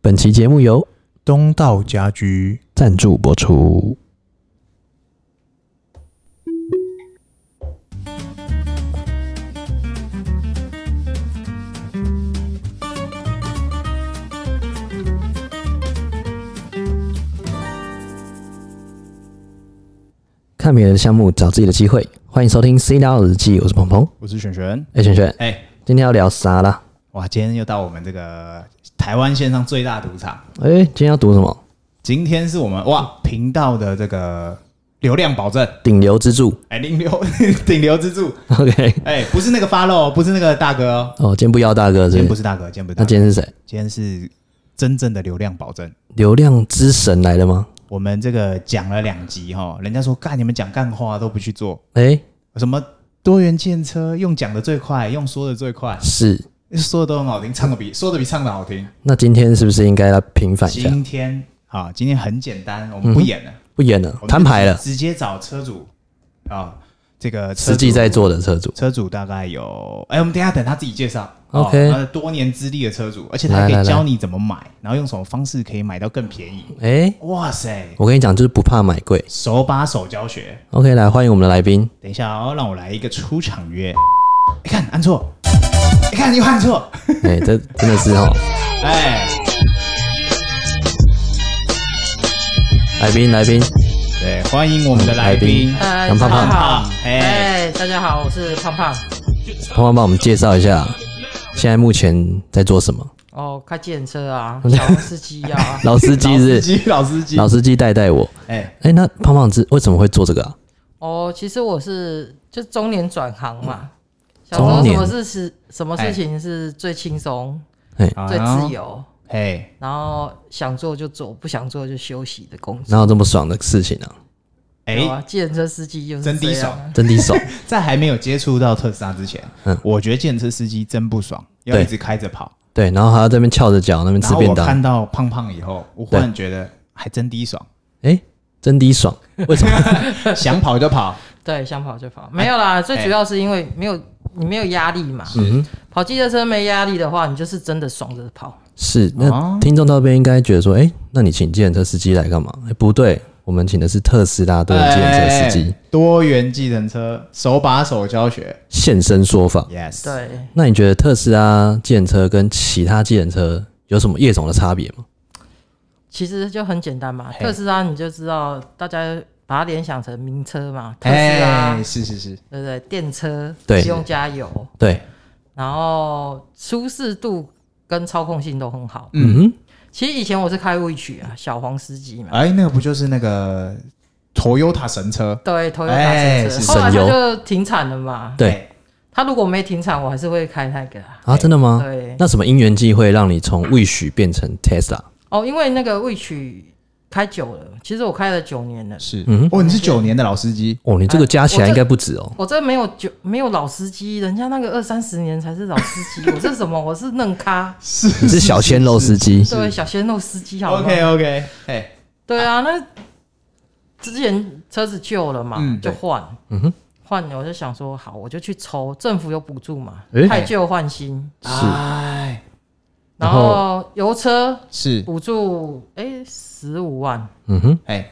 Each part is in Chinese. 本期节目由东道家居，赞助播出。看别人的项目，找自己的机会。欢迎收听《C 大日记》，我是鹏鹏。我是璇璇。哎、璇璇，哎、今天要聊啥啦？哇，今天又到我们这个台湾线上最大赌场，哎、今天要读什么？今天是我们哇频道的这个流量保证，顶流支柱。哎、顶流 顶流支柱， OK，哎、不是那个发漏，不是那个大哥哦，哦，今天不邀大哥今是天不不是？是大哥，今天不是大那哥，今天是谁？今天是真正的流量保证。流量之神来了吗？我们这个讲了两集哈，人家说干你们讲干话都不去做，哎、什么多元建车用讲的最快，用说的最快，是。说的都很好听，唱的比说的比唱的好听。那今天是不是应该来平反一下？今天啊，今天很简单，我们不演了，不演了我，们摊牌了。哦直接找车主啊，这个车主实际在做的车主，车主大概有，哎、我们等一下等他自己介绍。 OK 哦他的多年资历的车主，而且他来可来以来教你怎么买，然后用什么方式可以买到更便宜。哎、哇塞，我跟你讲，就是不怕买贵。手把手教学。 OK，来欢迎我们的来 宾，等一下哦，让我来一个出场乐。你、看，按错，你、看又按错，哎、这真的是哦，哎，来宾来宾，对，欢迎我们的来宾来嗨杨胖胖大家好，哎哎，大家好，我是胖胖。胖胖帮我们介绍一下，现在目前在做什么？。哦，开计程车 啊，小司机啊老司机老是司机，老司机，老司机带带我。哎，哎、那胖胖是为什么会做这个啊？哦，其实我是就中年转行嘛。小时中候什年么事是什么事情是最轻松、最自，由，哎，然后想做就做，不想做就休息的工作。哪有这么爽的事情啊？对哎，啊，计程车司机就是真低这样啊。真的 爽。在还没有接触到特斯拉之前，嗯我觉得电车司机真不爽，要对一直开着跑。对，然后还要在那边翘着脚那边然吃后便我当，看到胖胖以后，我忽然觉得还真低爽，哎、真的爽。为什么？想跑 就跑。对，想跑就跑，没有啦。最主要是因为没有你没有压力嘛。跑计程车没压力的话，你就是真的爽着跑。是，那哦听众到这边应该觉得说，哎、那你请计程车司机来干嘛？哎、不对，我们请的是特斯拉多人计程车司机哎多元计程车，手把手教学。现身说法。 Yes，，对，那你觉得特斯拉计程车跟其他计程车有什么业种的差别吗？其实就很简单嘛，嘿特斯拉你就知道，大家把它联想成名车嘛，特斯拉，哎，是是是，对不对？电车对不用加油，对，然后舒适度跟操控性都很好。嗯哼，其实以前我是开 w i t 啊，小黄司机嘛，哎，那个不就是那个 Toyota 神车？对，头油打哎神是车，后来省油它就停产了嘛。对哎，它如果没停产，我还是会开那个啊。啊，真的吗？对，那什么因缘际会让你从未许变成 Tesla？哦，因为那个 w i t 开久了，其实我开了九年了。是嗯，哦，你是九年的老司机，哦，你这个加起来哎我这应该不止哦。我这没有九没有老司机，人家那个二三十年才是老司机，我这什么？ 我是嫩咖，是你是小鲜肉司 机对，小鲜肉司机好吗 OK OK，哎，对啊，那之前车子旧了嘛，嗯就对换，嗯哼换了我就想说，好，我就去抽，政府有补助嘛，诶太旧换新，哎，然然后油车是，补助哎十五万，嗯哼，哎，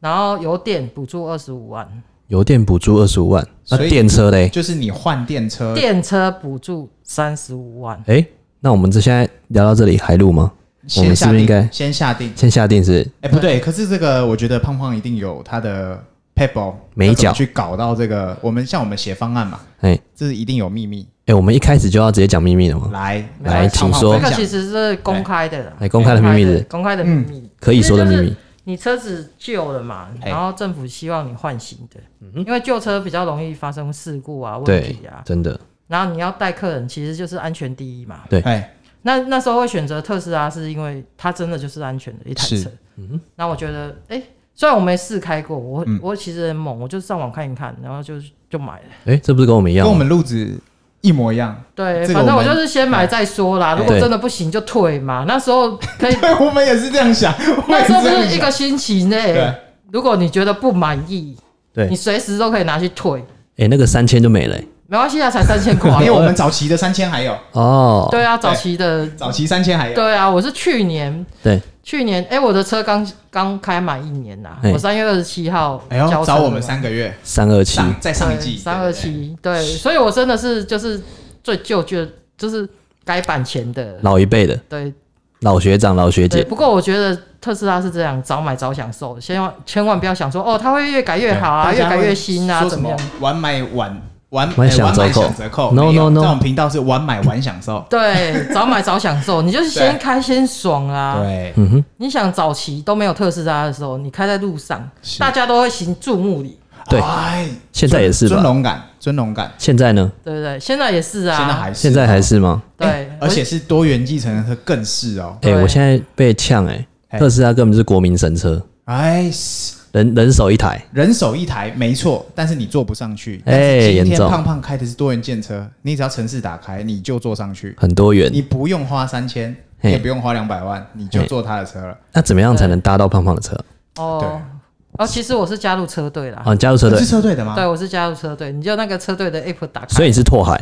然后油电补助二十五万，油电补助二十五万，所那以电车嘞？就是你换电呃车，电车补助三十五万。哎、那我们这现在聊到这里还录吗？我先们是下不是应定该，先下定。先下定是不是哎、不对，可是这个我觉得胖胖一定有他的哦 pebble 美角去搞到这个。我们像我们写方案嘛，哎、这是一定有秘密。哎、我们一开始就要直接讲秘密了吗？来没来关系请胖胖说哦这分个享其实是公开的啦，来，公开的秘密是公开的秘密，可以说的秘密。你车子旧了嘛，嘿然后政府希望你换新的，因为旧车比较容易发生事故啊、问对题啊，。真的，然后你要带客人，其实就是安全第一嘛。哎，那那时候会选择特斯拉，是因为它真的就是安全的一台是车。那我觉得，哎、虽然我没试开过，我、我其实很猛，我就上网看一看，然后就就买了。哎、这不是跟我们一样跟我吗？们路子一模一 样。对，这个反正我我们就是先买再说啦。对如果真的不行就退嘛。那时候可以，对，我们也是这样想。我那也时候不这样是一想个星期内啊对，如果你觉得不满意，对你随时都可以拿去退。哎、那个三千就没了、哎没关系啊，才三千块。 因 为我们哎早期的三千还有，哦，对啊，早期的早期三千还有，对啊，我是去年对，去年哎、我的车刚刚开满一年呐、哎我三月二十七号哎呦，交车找的我们嘛三个月，三二七，上再上一季，三二对，七，对，所以我真的是就是最旧就就是改版前的，老一辈的对老学长、老学对。姐，不过我觉得特斯拉是这样，早买早享受，千万千万不要想说哦，它会越改越好啊，对越大家改会越新啊，说怎什么么样？晚买晚晚晚哎享折扣晚买折扣 No, 没有 no, no 在我们频道是晚买晚享受，对，早买早享受，你就是先对开先爽啊。对，嗯哼，你想早期都没有特斯拉的时候，你开在路上，是大家都会行注目礼，对哎，现在也是尊吧？荣感，尊荣感，现在呢？对不对？现在也是啊，现在还是，现在还是吗？对、哎而且是多元继承的更是哦，哎，对我现在被呛哎，哎特斯拉根本是国民神车，哎，是人人手一台，人手一台没错，但是你坐不上去，哎但是今严天重胖胖开的是多元建车，你只要城市打开你就坐上去，很多元你。不用花三千，嘿也不用花两百万，你就嘿坐他的车了。那怎么样才能搭到胖胖的车？哦哦，其实我是加入车队啦。哦啊，你加入车这队是，车队的吗对，？我是加入车队，你就那个车队的 app 打开。所以你是拓海。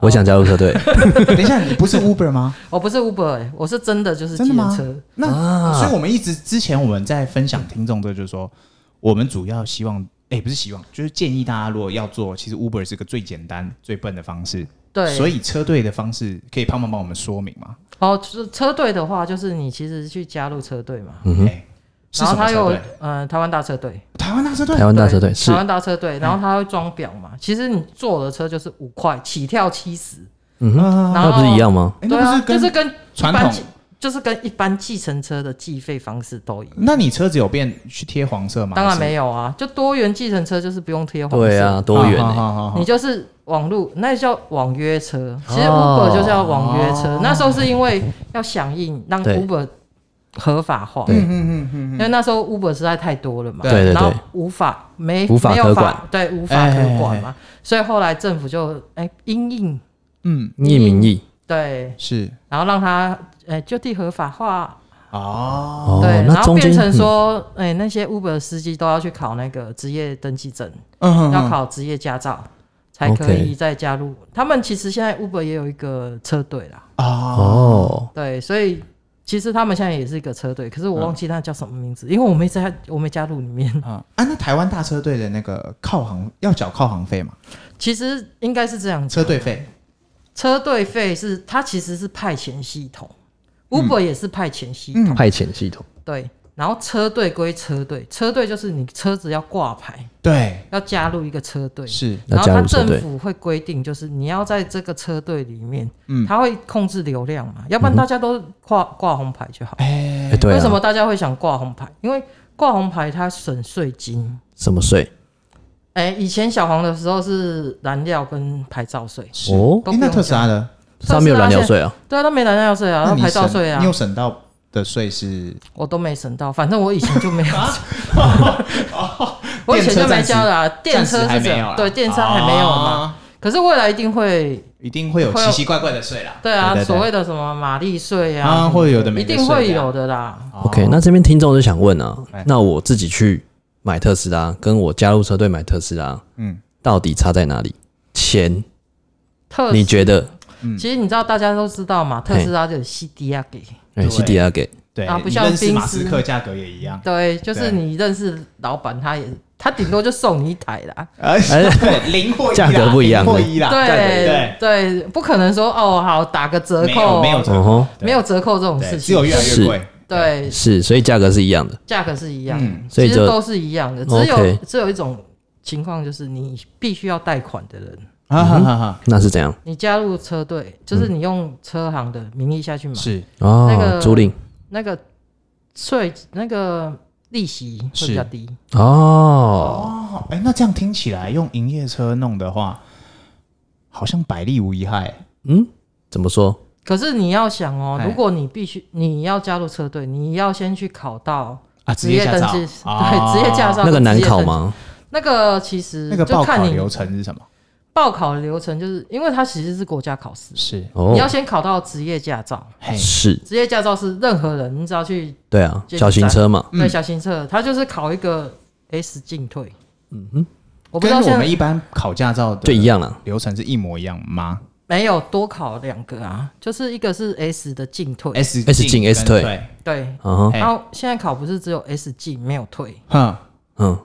我想加入车队，等一下，你不是 Uber 吗？我不是 Uber，、欸、我是真的就是真计的程吗车。那、啊所以我们一直之前我们在分享听众的，就是说，我们主要希望，哎、不是希望，就是建议大家如果要做，其实 Uber 是个最简单、最笨的方式。对，所以车队的方式可以胖胖帮我们说明吗？哦，就是车队的话，就是你其实去加入车队嘛，嗯是然什后么他车有队？呃台湾大车队，台湾大车队嗯台。湾大车队是台湾大车队，然后他会装表嘛，其实你坐的车就是五块起跳七十，啊然那后不是一样吗？哎对那啊，不是就是跟跟一传般统计就是跟一般计程车的计费方式都一样。那你车子有变去贴黄色吗？当然没有，有啊，就多元计程车就是不用贴黄色。对啊，多元好欸好好好你就是网路，那叫网约车。其实哦 Uber 就是要网约车，那时候是因为要响应让对 Uber 合法化，对嗯嗯嗯因为那时候 Uber 实在太多了嘛，对对对然后无法没无法没有可法管对无哎法可管嘛，所以后来政府就哎因应嗯，逆民意对，是然后让它哎就地合法化，哦，哦对，，然那后中间变成嗯说哎那些 Uber 司机都要去考那个职业登记证，嗯要考职业驾照才可 OK 以再加入。他们其实现在 Uber 也有一个车队啦，哦，哦，对，所以其实他们现在也是一个车队，嗯可是我忘记那叫什么名字，因为我没在，我没加入里面。 啊啊！那台湾大车队的那个靠航要缴靠航费嘛？其实应该是这样子，车队费车队费是它其实是派遣系统，Uber 嗯也是派遣系统，派遣系统对。然后车队归车队，车队就是你车子要挂牌，对要加入一个车队。是要然后加它入车政队府会规定，就是你要在这个车队里面，嗯它会控制流量嘛，要不然大家都挂挂红牌就好。哎哎，对啊，为什么大家会想挂红牌？因为挂红牌它省税金。什么税？哎、以前小黄的时候是燃料跟牌照税，是哦都哎不那用特斯拉的，上面有燃料税啊，对啊，都没燃料税那啊，然后你牌照省税啊你，有省到的税是我都没省到，反正我以前就没 有。我以前就没交的、啊，电暂车时还是这没有样，啦，对，电车还没有嘛。啊，可是未来一定会，一定会有会奇有奇怪怪的税啦。对啊，对对所谓的什么马力税啊，啊，会有的没一的定税会这样有的啦。哦 OK，那这边听众就想问啊哎，那我自己去买特斯拉，跟我加入车队买特斯拉，嗯，到底差在哪里？钱？特你觉得？其实你知道，大家都知道嘛，特斯拉就是 CDR 给，哎，对是第二给对啊不你像认识宾马士斯克价格也 一样，对，就是你认识老板，他也他顶多就送你一台啦，而且对零或一啦哎价格不一样零或一啦，对啊对对，不可能说哦好打个折没扣，有没有折嗯哼扣，对没有折扣这种事对，只情有，越来越是贵。对，是，所以价格是一样的。价格是一样的，嗯所以其实就都是一样的，只有 OK 只有一种情况就是你必须要贷款的人，啊哈哈哈，那是怎样？你加入车队，就是你用车行的名义下去嗯嗯买，是那个哦，租赁那个税那个利息会比较低，哦，哦，哎，那这样听起来，用营业车弄的话，好像百利无一害。嗯，怎么说？可是你要想哦，哎如果你必须你要加入车队，你要先去考到啊，职业驾登照，记，哦对，职业驾照那个难考？职业登记吗？那个其嗯实那个就报看考你流程是什么？报考的流程，就是因为它其实是国家考试，是，哦你，要先考到职业驾照。嘿，是，职业驾照是任何人，你只要去对啊，接近小型车嘛，嗯对小型车，他就是考一个 S 进退。嗯哼，我不知跟道现我在们一般考驾照的就一样了。流程是一模一样吗没有多考两个啊，就是一个是 S 的进退， ？S S 进 S 退对，对，嗯哼，哎然后现在考不是只有 S 进没有退，哼，嗯，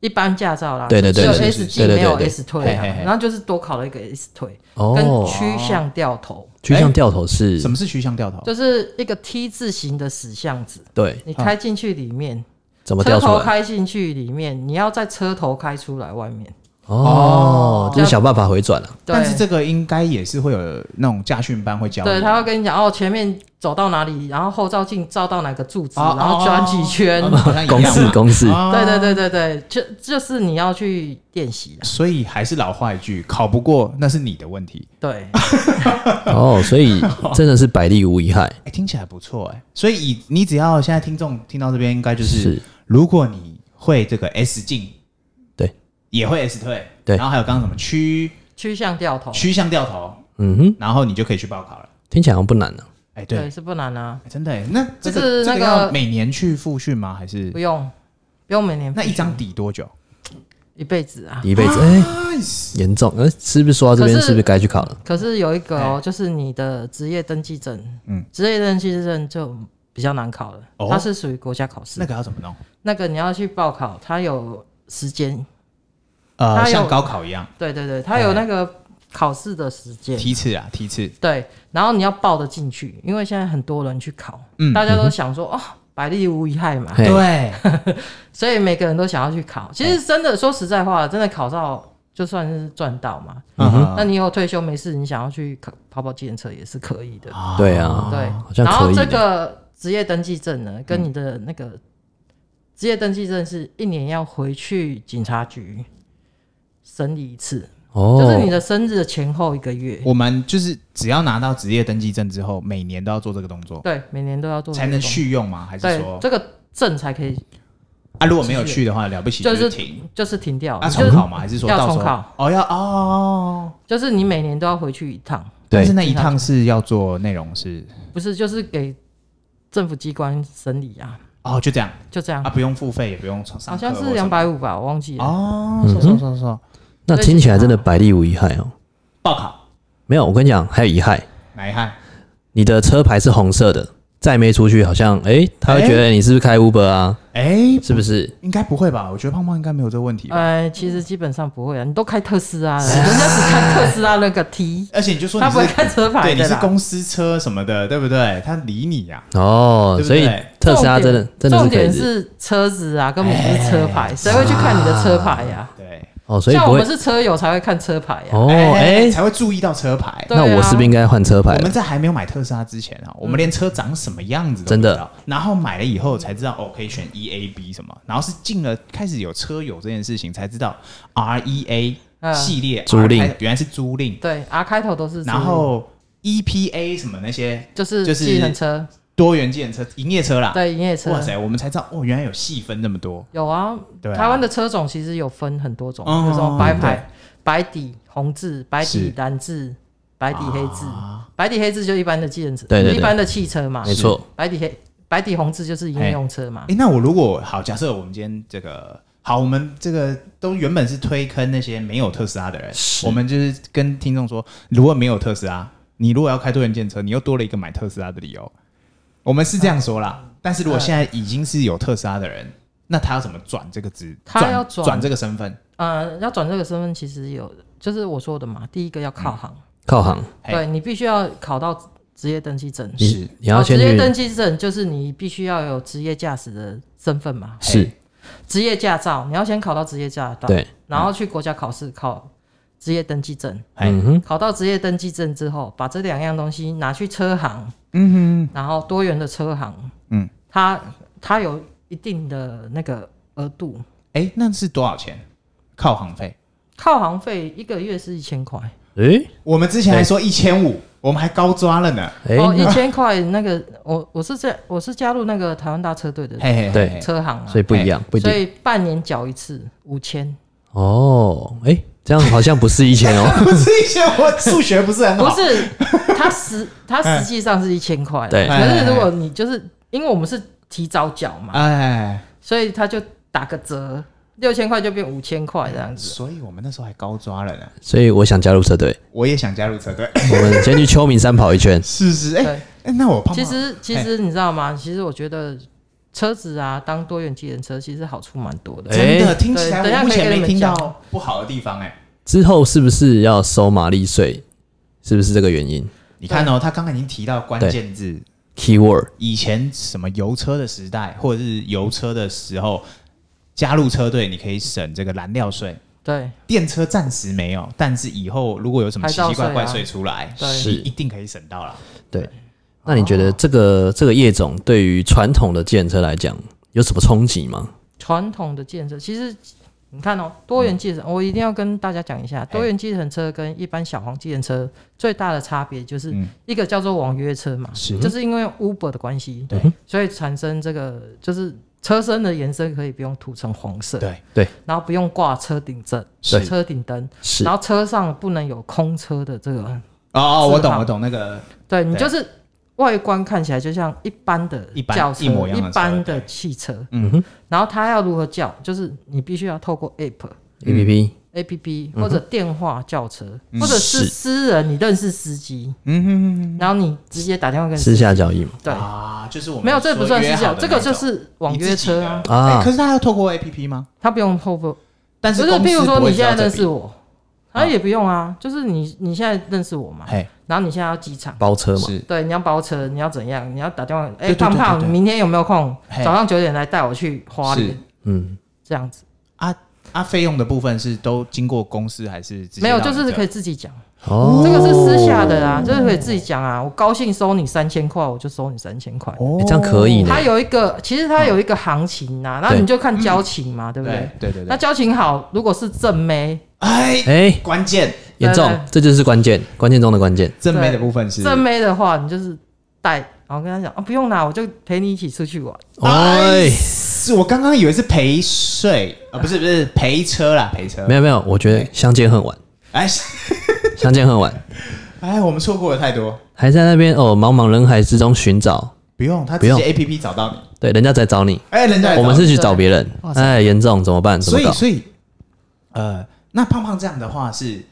一般驾照啦，对对对就只对有对 S 对进对对没有对 S 退啊嘿嘿嘿，然后就是多考了一个 S 退，跟哦，趋向掉头，趋向掉头是哎什么是趋向掉头？哦就是一个 T 字形的死巷子，对，你开进去里面，怎么车掉出头来？开进去里面，你要在车头开出来外面，哦，就是想办法回转了。对但，是这个应该也是会有那种驾训班会教你，对，他会跟你讲哦，前面走到哪里，然后后照镜照到哪个柱子，哦然后转几圈哦，哦好像一样公嘛式公式，哦对对对对对，就就是你要去练习啦。所以还是老话一句，考不过那是你的问题。对，哦，所 以真的是百利无一害，哎、听起来不错哎、所以以你只要现在听众听到这边，应该就是是如果你会这个 S 进，对，也会 S 退，对然后还有刚刚什么趋趋向掉头，趋向掉头，嗯哼，然后你就可以去报考了。听起来好像不难呢。啊哎、对，对，是不难啊，哎真的、哎，那这个、就是那这个个要每年去复训吗？还是不用不用每年那一张抵多久？一辈子啊。一辈子，哎，严重，哎，是不是说到这边可是是不是该去考了？可是有一个哦，就是你的职业登记证，哎嗯嗯，职业登记证就比较难考了哦，它是属于国家考试那，个要怎么弄？那个你要去报考，它有时间，呃，它有像高考一样，对对对，它有那个考试的时间，梯次啊，梯次。对，然后你要报得进去，因为现在很多人去考，嗯大家都想说哦，百利无一害哎嘛，嘿对，所以每个人都想要去考。其哎实真的说实在话，真的考到就算是赚到嘛。嗯那你以后退休没事，你想要去考跑跑计程车也是可以的， 对哦啊，对。好像然后可以这呢。个职业登记证嗯呢，跟你的那个职业登记证是一年要回去警察局审理一次，哦，就是你的生日的前后一个月，我们就是只要拿到职业登记证之后，每年都要做这个动作，对，每年都要做这才能种续用吗？还是对说这个证才可以，啊，如果没有去的话，了不起就是停？就是停掉了，啊，就重是考吗？还是说要到时重候考哦要哦？就是你每年都要回去一趟，但对是那一趟是要做内容是不是就是给政府机关审理啊，哦，就这样就这样啊，，不用付费，也不用上课好像或是者什两么百五吧，我忘记了。嗯哦，是是是是，那听起来真的百利无一害哦。报考没有，我跟你讲，还有一害，哪一项？你的车牌是红色的，再没出去，好像哎，他会觉得你是不是开 Uber 啊？哎，是不是？应该不会吧？我觉得胖胖应该没有这个问题吧。呃，其实基本上不会啊，你都开特斯 拉了，人家只看特斯拉那个 T，而且你就说你他不会是看车牌对，你的是啦。公司车什么的，对不对？他理你啊呀，哦，对不所以对特斯拉真的真的重是可以点的是车子啊，根本不是车牌，谁会去看你的车牌呀？对，哦，所以像不我会们是车友才会看车牌啊呀。哦，哎，才会注意到车牌。对啊那我是不是应该换车牌我们了？在还没有买特斯拉之前啊，我们连车长什么样子都真不知的道，然后买了以后才知道哦，可以选 E A B 什么，然后是进了开始有车友这件事情才知道 R E A 嗯系列租 R 赁开头原来是租赁，对，R 开头都是，然后 E P A 什么那些就是就是计程车，多元建车营业车啦，对，营业车哇。塞，我们才知道哦，原来有细分那么多，有啊，对啊台湾的车种其实有分很多种，啊哦有什么白对牌、白底、红字、白是啊底蓝字、白底黑字。白底黑字就一般的计程车，对对对一般的汽车嘛。没错，白底黑白底红字就是应用车嘛诶，。那我如果好，假设我们今天这个好，我们这个都原本是推坑那些没有特斯拉的人，我们就是跟听众说，如果没有特斯拉，你如果要开多元建车，你又多了一个买特斯拉的理由。我们是这样说啦，嗯但是如果现在已经是有特斯拉的人，那他要怎么转这个职？他要转转这个身份？呃，要转这个身份其实有，就是我说的嘛，第一个要靠行，靠行，嘿对你必须要考到职业登记证。哎你是你要哦先职业登去记证，就是你必须要有职业驾驶的身份嘛，是嘿，职业驾照，你要先考到职业驾照，对，然后去国家考试考职业登记证，哎嗯哼，考到职业登记证之后，把这两样东西拿去车行，嗯哼，然后多元的车行，嗯，它它有一定的那个额度，哎、那是多少钱？靠行费？靠行费一个月是一千块，诶我们之前还说一千五，我们还高抓了呢。诶，哦，一哎那千块那个我我是在我是加入那个台湾大车队的嘿嘿嘿，对嘿 车行啊，所以不一样，不一所定以半年缴一次五 千，哦，诶，这样好像不是一千 哦，不是一千，我数学不是很好。不是它实 它实际上是一千块啦，哎对哎可是如果你就是因为我们是提早缴嘛，哎，所以他就打个折，六千块就变五千块这样子。所以我们那时候还高抓了呢。所以我想加入车 队，我也想加入车队，。我们先去秋名山跑一圈是是，哎、对，哎那我胖胖其实其实哎你知道吗？其实我觉得车子啊，当多元机人车，其实好处蛮多的。真的哎听起来对等一下我目前可没以跟你们听讲到不好的地方、哎，之后是不是要收马力税？是不是这个原因你看哦，他刚才已经提到关键字， ？Keyword 以前什么油车的时代，或者是油车的时候，加入车队你可以省这个燃料税，对电车暂时没有，但是以后如果有什么奇奇怪怪税出来，啊对你一定可以省到了。对。那你觉哦得这个、这个业种对于传统的建车来讲有什么冲击吗？传统的建设，其实你看哦，多元计程，嗯我一定要跟大家讲一哎下，多元计程车跟一般小黄计程车最大的差别就是嗯一个叫做网约车嘛，是就是因为 Uber 的关系，对，所以产生这个就是车身的延伸可以不用涂成黄色，对对，然后不用挂车顶灯、是车顶灯，是然后车上不能有空车的这个，哦，哦是我懂，吧我懂那个对你对就是外观看起来就像一般的一般轿车、一模一样的车般对的汽车，嗯哼，然后它要如何叫，就是你必须要透过 App。 A P P A P 嗯 P 或者电话叫车，或者是是私人，你认识司机，嗯哼哼然后你直接打电话跟私下交易嘛？对哼，啊，就是我们没有这不算私说约下，好的这个那种就是网约车你，啊自己的啊哎可是他要透过 A P P 吗？他不用透过，但不是公司譬如说不会你知道现在认这识笔，我，他也不用啊，就是你你现在认识我嘛，嘿，然后你现在要机场，包车嘛？是对，你要包车，你要怎样，你要打电话，对哎、对对胖胖，对对你明天有没有空？嘿早上九点来带我去花是莲，嗯，这样子啊啊，费用的部分是都经过公司还是直接没有，到就你是这可以自己讲，哦，这个是私下的啊，就是可以自己讲啊，我高兴收你三千块，我就收你三千块。哦哎诶这样可以呢它。有一个，其实它有一个行情呐、啊，那对你就看交情嘛，对不对对？对对那对，交情好，如果是正妹，哎，哎，关键严重对对，这就是关键，关键中的关键。正妹的部分是正妹的话，你就是带，然后跟他讲啊，不用啦，我就陪你一起出去玩。哎，是我刚刚以为是陪睡啊，不是不是陪车啦，陪车没。有没有，我觉得相见恨晚，哎相见恨晚，哎，我们错过了太多，还在那边哦，茫茫人海之中寻找，不用他不直用接 A P P 找到你。对，人家在找你，哎，人家来找我们是去找对别人哇，塞哎，严重怎么办？怎所么以搞？所以呃，那胖胖这样的话是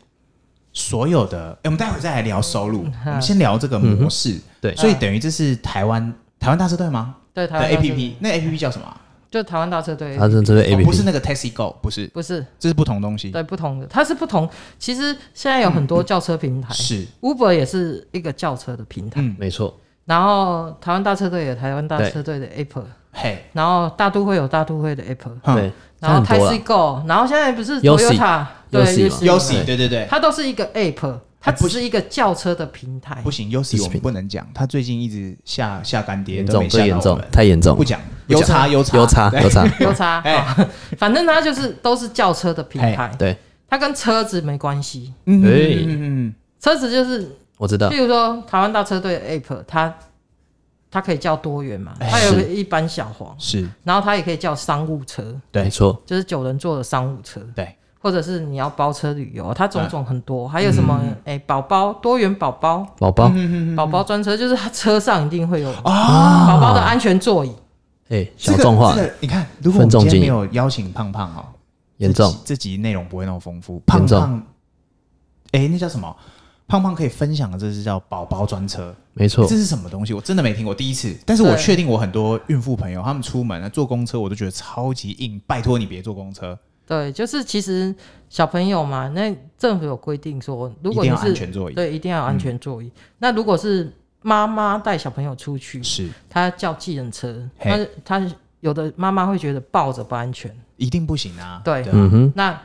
所有的，哎，我们待会再来聊收嗯入，我们先聊这个模式。嗯对所以等于这是台湾台湾大车队吗？对，台的湾 A 大车 P P，那 A P P 叫什么啊？就台湾大车队，他是啊这个 A 哦 P 不是 P，那个 Taxi Go，不是，不是这是不同东西。对不同的，它是不同。其实现在有很嗯多轿车平台、是， u b e r 也是一个轿车的平台，嗯，没错，然后台湾大车队有台湾大对车队的 App，嘿，然后大都会有大都会的 App，哼对，然后差很多啊了，Taxi Go，然后现在不是 Yossi Toyota 对 Yossi 嘛 Yossi 优喜，对对对，哎它都是一个 app，它不只是一个轿车的平台哎不。行，优喜我们 Discipline 不能讲，他最近一直下下干跌，严都没重，这下到严我重们，太严重不，讲，有差有差有差有差，有差，哎好 反正它就是都是轿车的平台，对，它跟车子没关系。嗯哎嗯车子就是，我知道譬，如说台湾大车队的 app，它它可以叫多元嘛，哎它有是个一般小黄，是然后它也可以叫商务车， 对没错，就是九人座的商务车，对，或者是你要包车旅游，它哎种种很多，还有什嗯么哎宝宝多元宝宝宝宝，宝宝专车，就是它车上一定会有啊，宝宝的安全座椅。哎，这小个众化这，个你看，如果我们分众今经天没营有邀请胖胖哦，严重这集，这集内容不会那么丰富，胖严重胖，哎，那叫什么？胖胖可以分享的，这是叫宝宝专车，没错这，是什么东西？我真的没听过，第一次。但是我对确定，我很多孕妇朋友，他们出门啊坐公车，我都觉得超级硬。拜托你别坐公车，对，就是其实小朋友嘛，那政府有规定说，如一果定你要安是全座椅。嗯对一定要有安全座椅。那如果是妈妈带小朋友出去，是，她叫计程车，嘿她她有的妈妈会觉得抱着不安全。一定不行啊。对啊嗯哼，那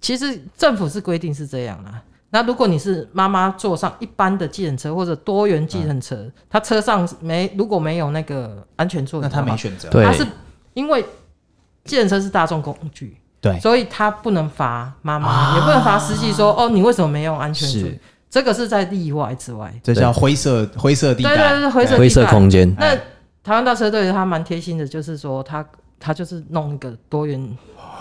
其实政府是规定是这样啦。那如果你是妈妈坐上一般的计程车或者嗯多元计程车，她车上没如果没有那个安全座椅那的他话，没选择。对她是因为计程车是大众工具，对，所以他不能罚妈妈，也不能罚司机说哦，你为什么没用安全座椅啊是？这个是在例外之外。这叫灰色灰色地对对带。对，灰色灰色地带空间，那台湾大车队他蛮贴心的，就是说他他就是弄一个多元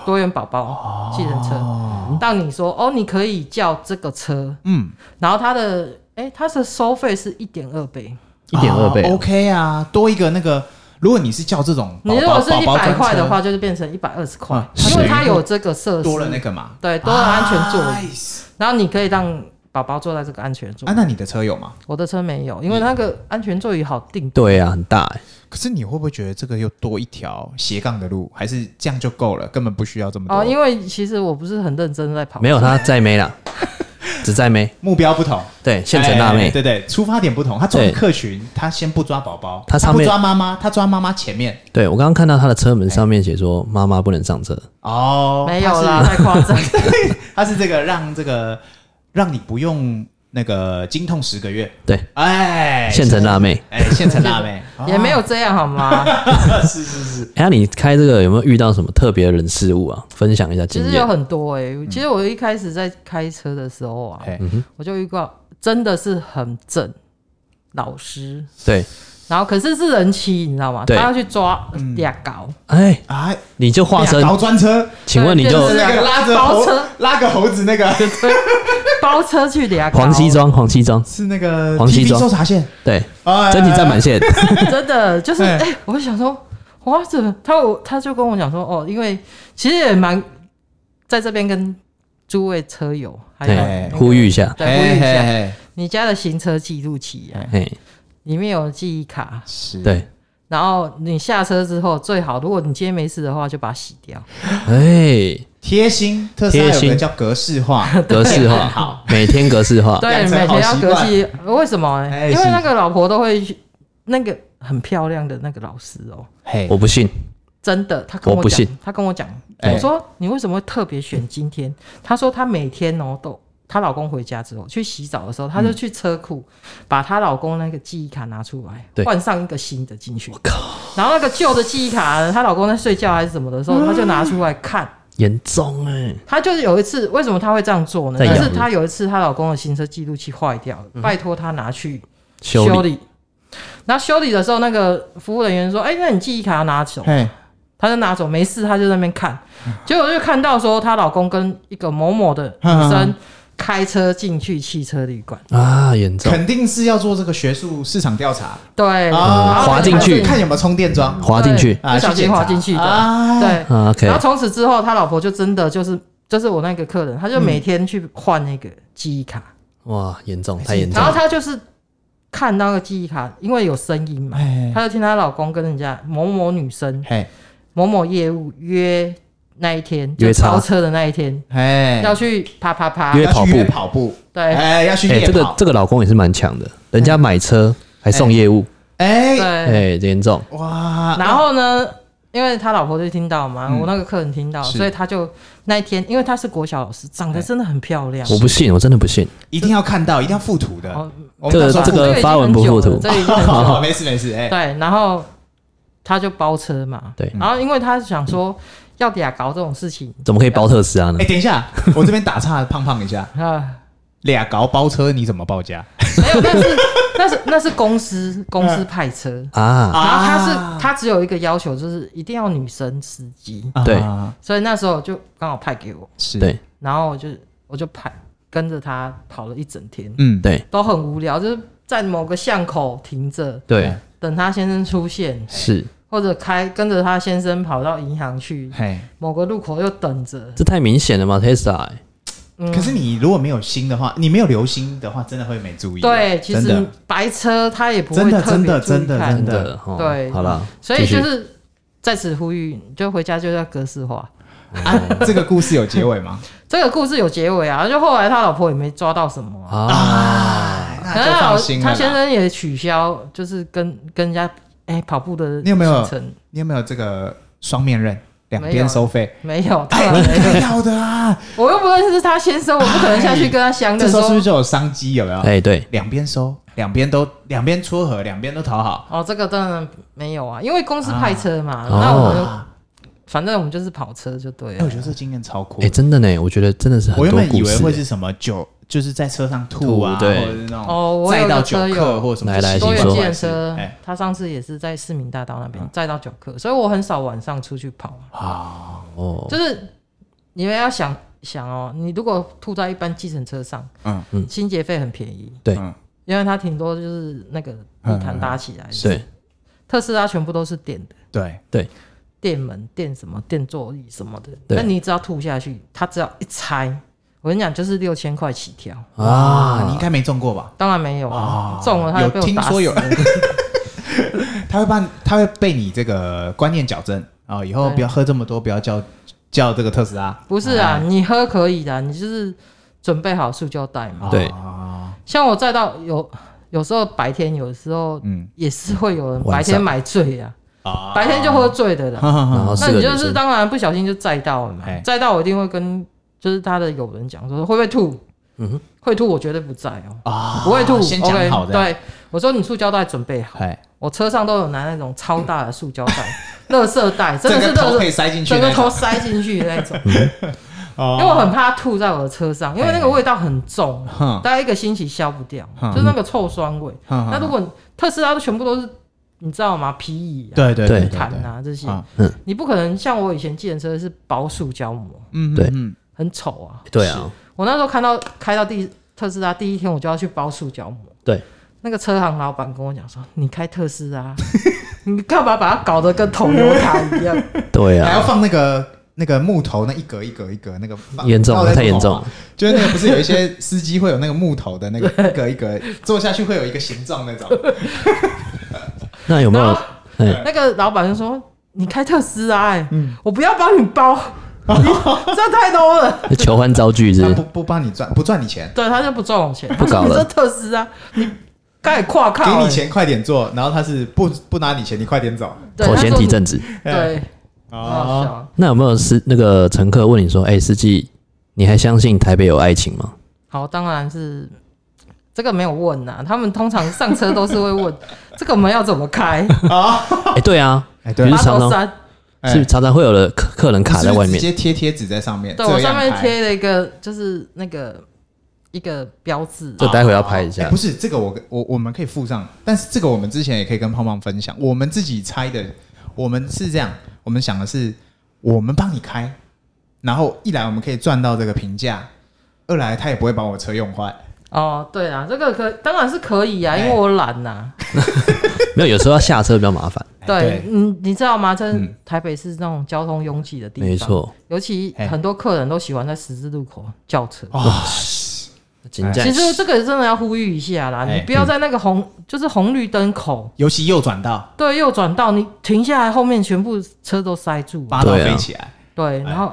多元宝哦宝计程车，让你说哦，你可以叫这个车，嗯，然后他的哎，他的收费是一点二倍，一点二倍啊啊， ，OK 啊，多一个那个如果你是叫这种宝你如宝果是宝一宝百专块的车话，就是变成一百二十块啊，因为它是有这个设施，多啊了那个嘛，对多了安全座椅， Nice 然后你可以让宝宝坐在这个安全座啊，椅。那你的车有吗？我的车没有，因为那个安全座椅好定。对啊，很大、欸，可是你会不会觉得这个又多一条斜杠的路，还是这样就够了，根本不需要这么多？哦，因为其实我不是很认真在跑，没有他在妹 啦，只在妹，目标不同，对，县城辣哎妹，对对，出发点不同。他抓对客群，他先不抓宝宝，他上不面抓妈妈，他抓妈妈前面。对我刚刚看到他的车门上面写说妈妈不能上车，哦，没有啦，太夸张。他是，他是这个让这个让你不用那个经痛十个月。对，哎，县城辣妹。哎，县城辣 妹啊也没有这样好吗？哦是是是，哎、那你开这个有没有遇到什么特别的人事物啊？分享一下其经实有验。嗯很多哎、其实我一开始在开车的时候啊，哎，我就遇到真的是很正老实，对，然后可是是人妻，你知道吗？他对嗯要去抓俩高，哎、哎，你就化身，搞专车，请问你对就就是那个拉着包猴车拉个猴子那个，包车去俩高，黄西，装，黄西装，是那个黄西 TV 装搜查线，对，哎真体占满线， 真的就是哎哎、我就想说，哇，怎么他我他就跟我讲说，哦，因为其实也蛮在这边跟诸位车友还有对，哎呼吁一下，对呼吁一嘿下，嘿嘿你家的行车记录器啊，哎、里面有记忆卡，是，对，然后你下车之后，最好如果你今天没事的话，就把它洗掉。哎、贴心，特斯拉有贴个心叫格式化，格式很化好，每天格式化，对，哦养成每好天要习隔惯戏，为什么呢？哎因为是那个老婆都会去那个很漂亮的那个老师哦，嘿我不信，真的，他跟我我不讲信，他跟我讲，哎我说你为什么会特别选今天？他说他每天哦都。她老公回家之后去洗澡的时候，她就去车库、把她老公那个记忆卡拿出来，对换上一个新的进去。然后那个旧的记忆卡呢，她老公在睡觉还是什么的嗯时候，她就拿出来看，严重哎、她就是有一次，为什么她会这样做呢？在就养是鱼她有一次，她老公的行车记录器坏掉了，拜托她拿去修理理。然后修理的时候，那个服务人员说：“哎、那你记忆卡要拿走。嘿，”她就拿走，没事，她就在那边看。嗯结果就看到说，她老公跟一个某某的女生开车进去汽车旅馆，啊，严重，肯定是要做这个学术市场调查对，然啊，后滑进她就去看有没有充电桩滑进去不小心滑进去的，啊对。啊，OK，然后从此之后，他老婆就真的就是就是我那个客人，他嗯就每天去换那个记忆卡。哇，严重，太严重然后了，她就是看那个记忆卡，因为有声音嘛，哎她就听她老公跟人家某某女生、嘿，某某业务约那一天，就约叉超车的那一天哎，要去啪啪啪，约要去跑步约跑步，对哎，要去哎、夜这个跑，这个老公也是蛮强的，人家买车还送业务，哎，哎、啊对，严重，哇，然后呢？因为他老婆就听到嘛，嗯我那个客人听到，是所以他就那一天，因为她是国小老师，长得真的很漂亮。我不信，我真的不信，一定要看到，一定要附图的，哦，我们到时候这附个图发文不附图这已 经很久了 好，没事没事，哎，对，然后他就包车嘛，对然后因为他想说要给他搞这种事情怎么可以包特斯拉呢哎，？等一下，我这边打岔，胖胖一下，啊，俩搞包车你怎么报价？没有，但是那是那是公司公司派车，哎啊，然后他是嗯啊他只有一个要求，就是一定要女生司机，对啊所以那时候就刚好派给我，是，对然后我就我就派跟着他跑了一整天，嗯，对都很无聊，就是在某个巷口停着对，哎等他先生出现，是，或者开跟着他先生跑到银行去，嘿。某个路口又等着。这太明显了嘛，Tesla，、欸、嗯可是你如果没有心的话，你没有留心的话，真的会没注意。啊对，其真的实白车他也不真会的特别真的注意真的看真真的的，哦对好了，所以继就续是在此呼吁，就回家就要格式化。啊，这个故事有结尾 吗？这个故事有结尾啊，就后来他老婆也没抓到什么啊、啊，哎可那能就他放老心了啦。他先生也取消，就是跟跟人家哎、跑步的你有没有行程你有没有这个双面刃，两边收费？没 有，当哎，然没有。你要的 啊！哎我又不认识他先生，我不可能下去跟他 相这认时说候是不是就有商机？有没有？哎、对，两边收，两边都两边撮合，两边都讨好。哦，这个当然没有啊，因为公司派车嘛，啊那我们就、哦反正我们就是跑车就对哎，了我。觉得这经验超酷哎、。真的呢，我觉得真的是我很原多本以故为事、会欸是什么酒，就是在车上吐啊，吐对或者是那哦种我载有到个酒车客友或者什么来来多请元说计程车哎，嗯他上次也是在市民大道那边载到九客，所以我很少晚上出去跑。啊，哦，就是你们要想想哦，你如果吐在一般计程车上，嗯清洁费很便宜，对嗯因为它挺多就是那个地毯搭起来的，嗯对，特斯拉全部都是电的，对，电门、电什么、电座椅什么的。对那你只要吐下去，它只要一拆，我跟你讲，就是六千块起跳。哇，你应啊，该没中过吧？当然没有啊啊，中了他就被有我听打死说有 了他会把他会被你这个观念矫正啊、以后对不要喝这么多，不要叫叫这个特斯拉。不是哎啊，你喝可以的，你就是准备好塑胶袋嘛。啊对像我载到有有时候白天，有时候嗯也是会有人晚上白天买醉啊，啊哦白天就喝醉的啦。然后那四个你就女是生，当然不小心就载到了嘛哎，载到我一定会跟就是他的友人讲说会不会吐，嗯哼，会吐我绝对不载哦，啊不会吐先讲好的。，OK，对，我说你塑胶袋准备好，哎，我车上都有拿那种超大的塑胶袋、垃圾袋，真整的是个头垃可圾，以塞进去整个那哦头种，塞进去的那种，因为因我很怕吐在我的车上，因为那个味道很重，啊哼大概一个星期消不掉，嗯就是那个臭酸味。哼哼那如果你特斯拉都全部都是，你知道吗？皮椅啊、对对对对毯对啊这些，啊你不可能像我以前计程车是包塑胶膜，嗯对嗯很丑啊。对啊，我那时候看到开到第特斯拉第一天，我就要去包塑胶膜。对，那个车行老板跟我讲说：“你开特斯拉， 你干嘛把它搞得跟头油塔一样对还要啊，放那个那个木头，那一格一格一格那个放严重了，太严重。放在木头了，嘛就是那个不是有一些司机会有那个木头的那个一格一格坐下去会有一个形状那种，那有没有然后？哎，？”那个老板就说：“你开特斯拉、欸，嗯我不要帮你 包，你这太 low 了。”求欢招拒是他不不是？不帮你赚，不赚你钱，对，他就不赚我钱，不搞了你这特斯拉，你该跨靠、给欸，你，钱快点做，然后他是不不拿你钱，你快点走。对，口嫌他说体你，正直。对，很好哎哦，笑。那有没有司那个乘客问你说：“哎、司机，你还相信台北有爱情吗好，当然是这个没有问呐、他们通常上车都是会 问这个门要怎么开，？”哎、对啊，哎对比八如常头常山。哎是常常会有人客客人卡在外你是不面是直接贴贴纸在上面，对我这样上面拍。贴了一个，就是那个一个标志，这待会要拍一下哎不是这个我，我我们可以附上，但是这个我们之前也可以跟胖胖分享。我们自己猜的，我们是这样，我们想的是，我们帮你开，然后一来我们可以赚到这个评价，二来他也不会把我车用坏。哦，对啊，这个可当然是可以啊，因为哎我懒呐、没有，有时候要下车比较麻烦。哎对，，你你知道吗？这嗯台北是那种交通拥挤的地方，没，错，尤其哎哦很多客人都喜欢在十字路口叫车。哇，紧张其实这个真的要呼吁一下啦，哎嗯你不要在那个红就是红绿灯口，尤其右转到对，右转道你停下来，后面全部车都塞住，八道对啊飞起来，对，然后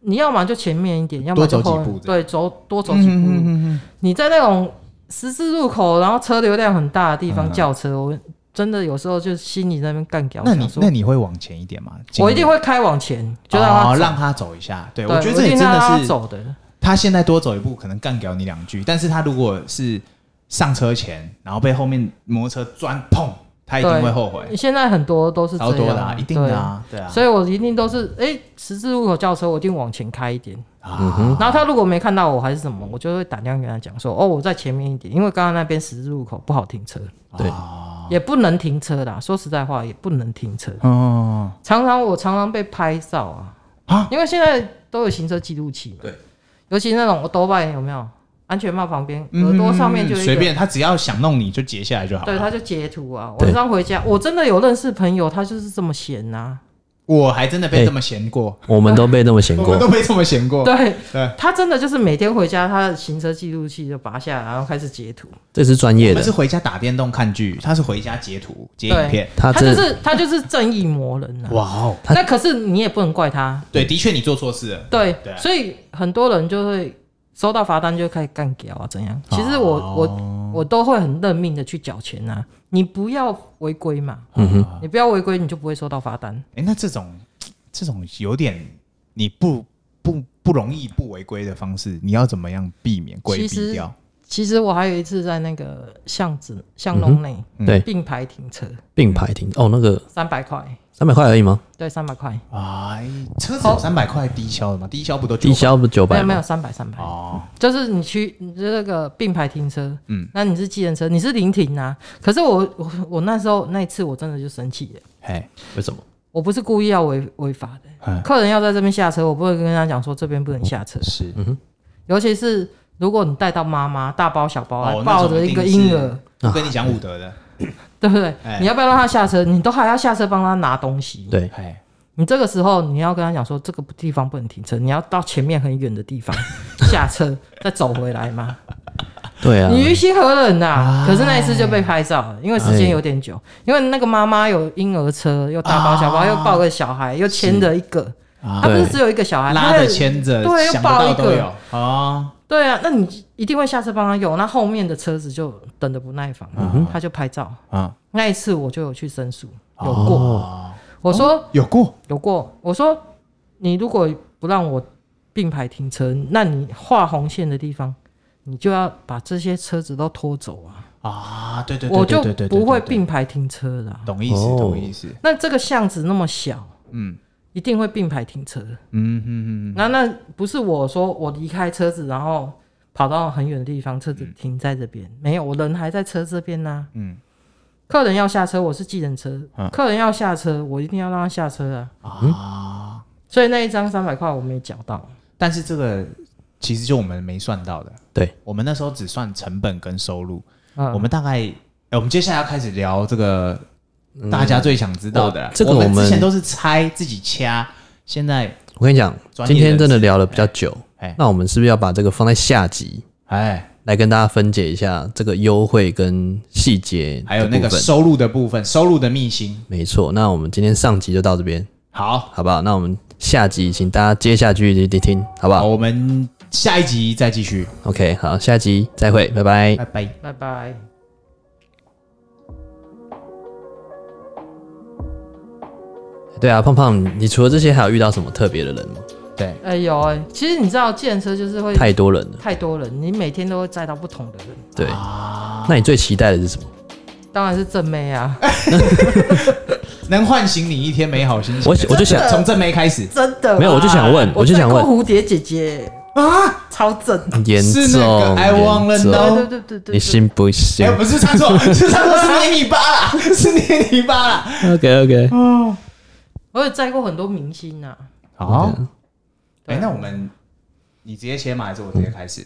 你要么就前面一点，要么哎多就走后几面步这对，走多走几步。嗯你在那种十字路口，然后车流量很大的地嗯方叫车，我真的有时候就心里在那边干掉，那想你说那你会往前一点吗？我一定会开往前，就让他哦，走让他走一下。对，对我觉得这也一定真让的他是走的，他现在多走一步，可能干掉你两句，但是他如果是上车前，然后被后面摩托车钻，砰，他一定会后悔，现在很多都是这超样多的、啊，一定的啊，对对啊，所以我一定都是哎、十字路口叫车，我一定往前开一点。嗯啊，哼，然后他如果没看到我还是什么，我就会打电话跟他讲说，哦，我在前面一点，因为刚刚那边十字路口不好停车，对啊也不能停车啦。说实在话，也不能停车。哦常常我常常被拍照啊，啊，因为现在都有行车记录器，对，尤其那种 o 拜有没有？安全帽旁边嗯耳朵上面就有一随，个便他只要想弄你就截下来就好对，了。他就截图啊。对晚上回家，我真的有认识朋友，他就是这么闲啊呐、我还真的被哎这么闲过，我们都被那么嫌我过们都，被这么闲过。对哦对，他真的就是每天回家，他的行车记录器就拔下来，然后开始截图。这是专我业们是的，回家打电动看剧，他是回家截图截影片。他他真就的是他就是正义魔人啊。哇哦，他那可是你也不能怪他，对，的确你做错事了。对，对啊所以很多人就会收到罚单就开始干屌啊，怎样？哦其实我、我我都会很认命的去缴钱啊，你不要违规嘛，嗯哦哼，你不要违规，你就不会收到罚单。哎、那这种这种有点你不不不容易不违规的方式，你要怎么样避免规其实避掉？其实我还有一次在那个巷子巷弄内、嗯对并排停车，并排停哦，那个三百块，三百块而已吗？对，三百块，哎，车子有三百块低消的吗？低消不都低消不九没百有没吗有？三百三百，哦？就是你去你这个并排停车，嗯嗯，那你是计程车，你是临停啊。可是我我我那时候那一次我真的就生气了。嘿，为什么？我不是故意要违违法的，嗯客人要在这边下车，我不会跟他讲说这边不能下车，是尤其是如果你带到妈妈大包小包来哦那抱种着一一个定是婴儿，不跟你讲武德的，对不对？哎你要不要让他下车？你都还要下车帮他拿东西。对，哎，你这个时候你要跟他讲说，这个地方不能停车，你要到前面很远的 地方下车，再走回来嘛。对啊，你于心何忍呐、啊可是那一次就被拍照了，因为时间有点久，因为那个妈妈有婴儿车，又大包小包，哎啊又抱个小孩，又牵着一个，啊他不是对只有一个小孩，拉她着有牵着，对，又想不抱到一都有个，啊，对啊，那你一定会下车帮他用，那后面的车子就等的不耐烦，啊他就拍照。嗯，那一次我就有去申诉，有过，哦我说有过，有过，我说你如果不让我并排停车，那你画红线的地方，你就要把这些车子都拖走啊。啊，对对对，我对就对对对不会对并排停车啦。懂意思，哦懂意思，那这个巷子那么小，嗯一定会并排停车。嗯嗯嗯，那那不是我说我离开车子，然后跑到很远的地方，车子停在这边，没有，我人还在车这边呢、嗯，客人要下车，我是计程车嗯，客人要下车，我一定要让他下车啊。哦啊，所以那一张三百块我没缴到，但是这个其实就我们没算到的，对，我们那时候只算成本跟收入，嗯，我们大概，哎，我们接下来要开始聊这个大家最想知道的啦嗯我，这个我我们之前都是猜自己掐，现在我跟你讲，专业今天真人的士聊的比较久哎，那我们是不是要把这个放在下集哎，来跟大家分解一下这个优惠跟细节？还有那个，收入的部分，收入的秘辛，没错。那我们今天上集就到这边，好。好不好？那我们下集请大家接下去听听，好不好，好我们下一集再继续， ？OK，好，下集再会，拜拜。拜拜。拜拜。对啊，胖胖，你除了这些还有遇到什么特别的人吗？对，哎呦哎、其实你知道，计程车就是会太多人了，太多人，你每天都会载到不同的人，对。啊那你最期待的是什么？当然是正妹啊，能唤醒你一天美好心情。我我就想从正妹开始， 真的没有，我就想问，哎我我就想载问，过蝴蝶姐姐啊，超正。严重，是那个 I wanna 严重 know 对对对对哦对，你信不信哎，不是唱错，是唱错是捏泥巴啦， 是捏泥巴啦。 ？OK OK，我有载过很多明星啊，好，对哎，那我们你直接切嘛，还是我直接开始？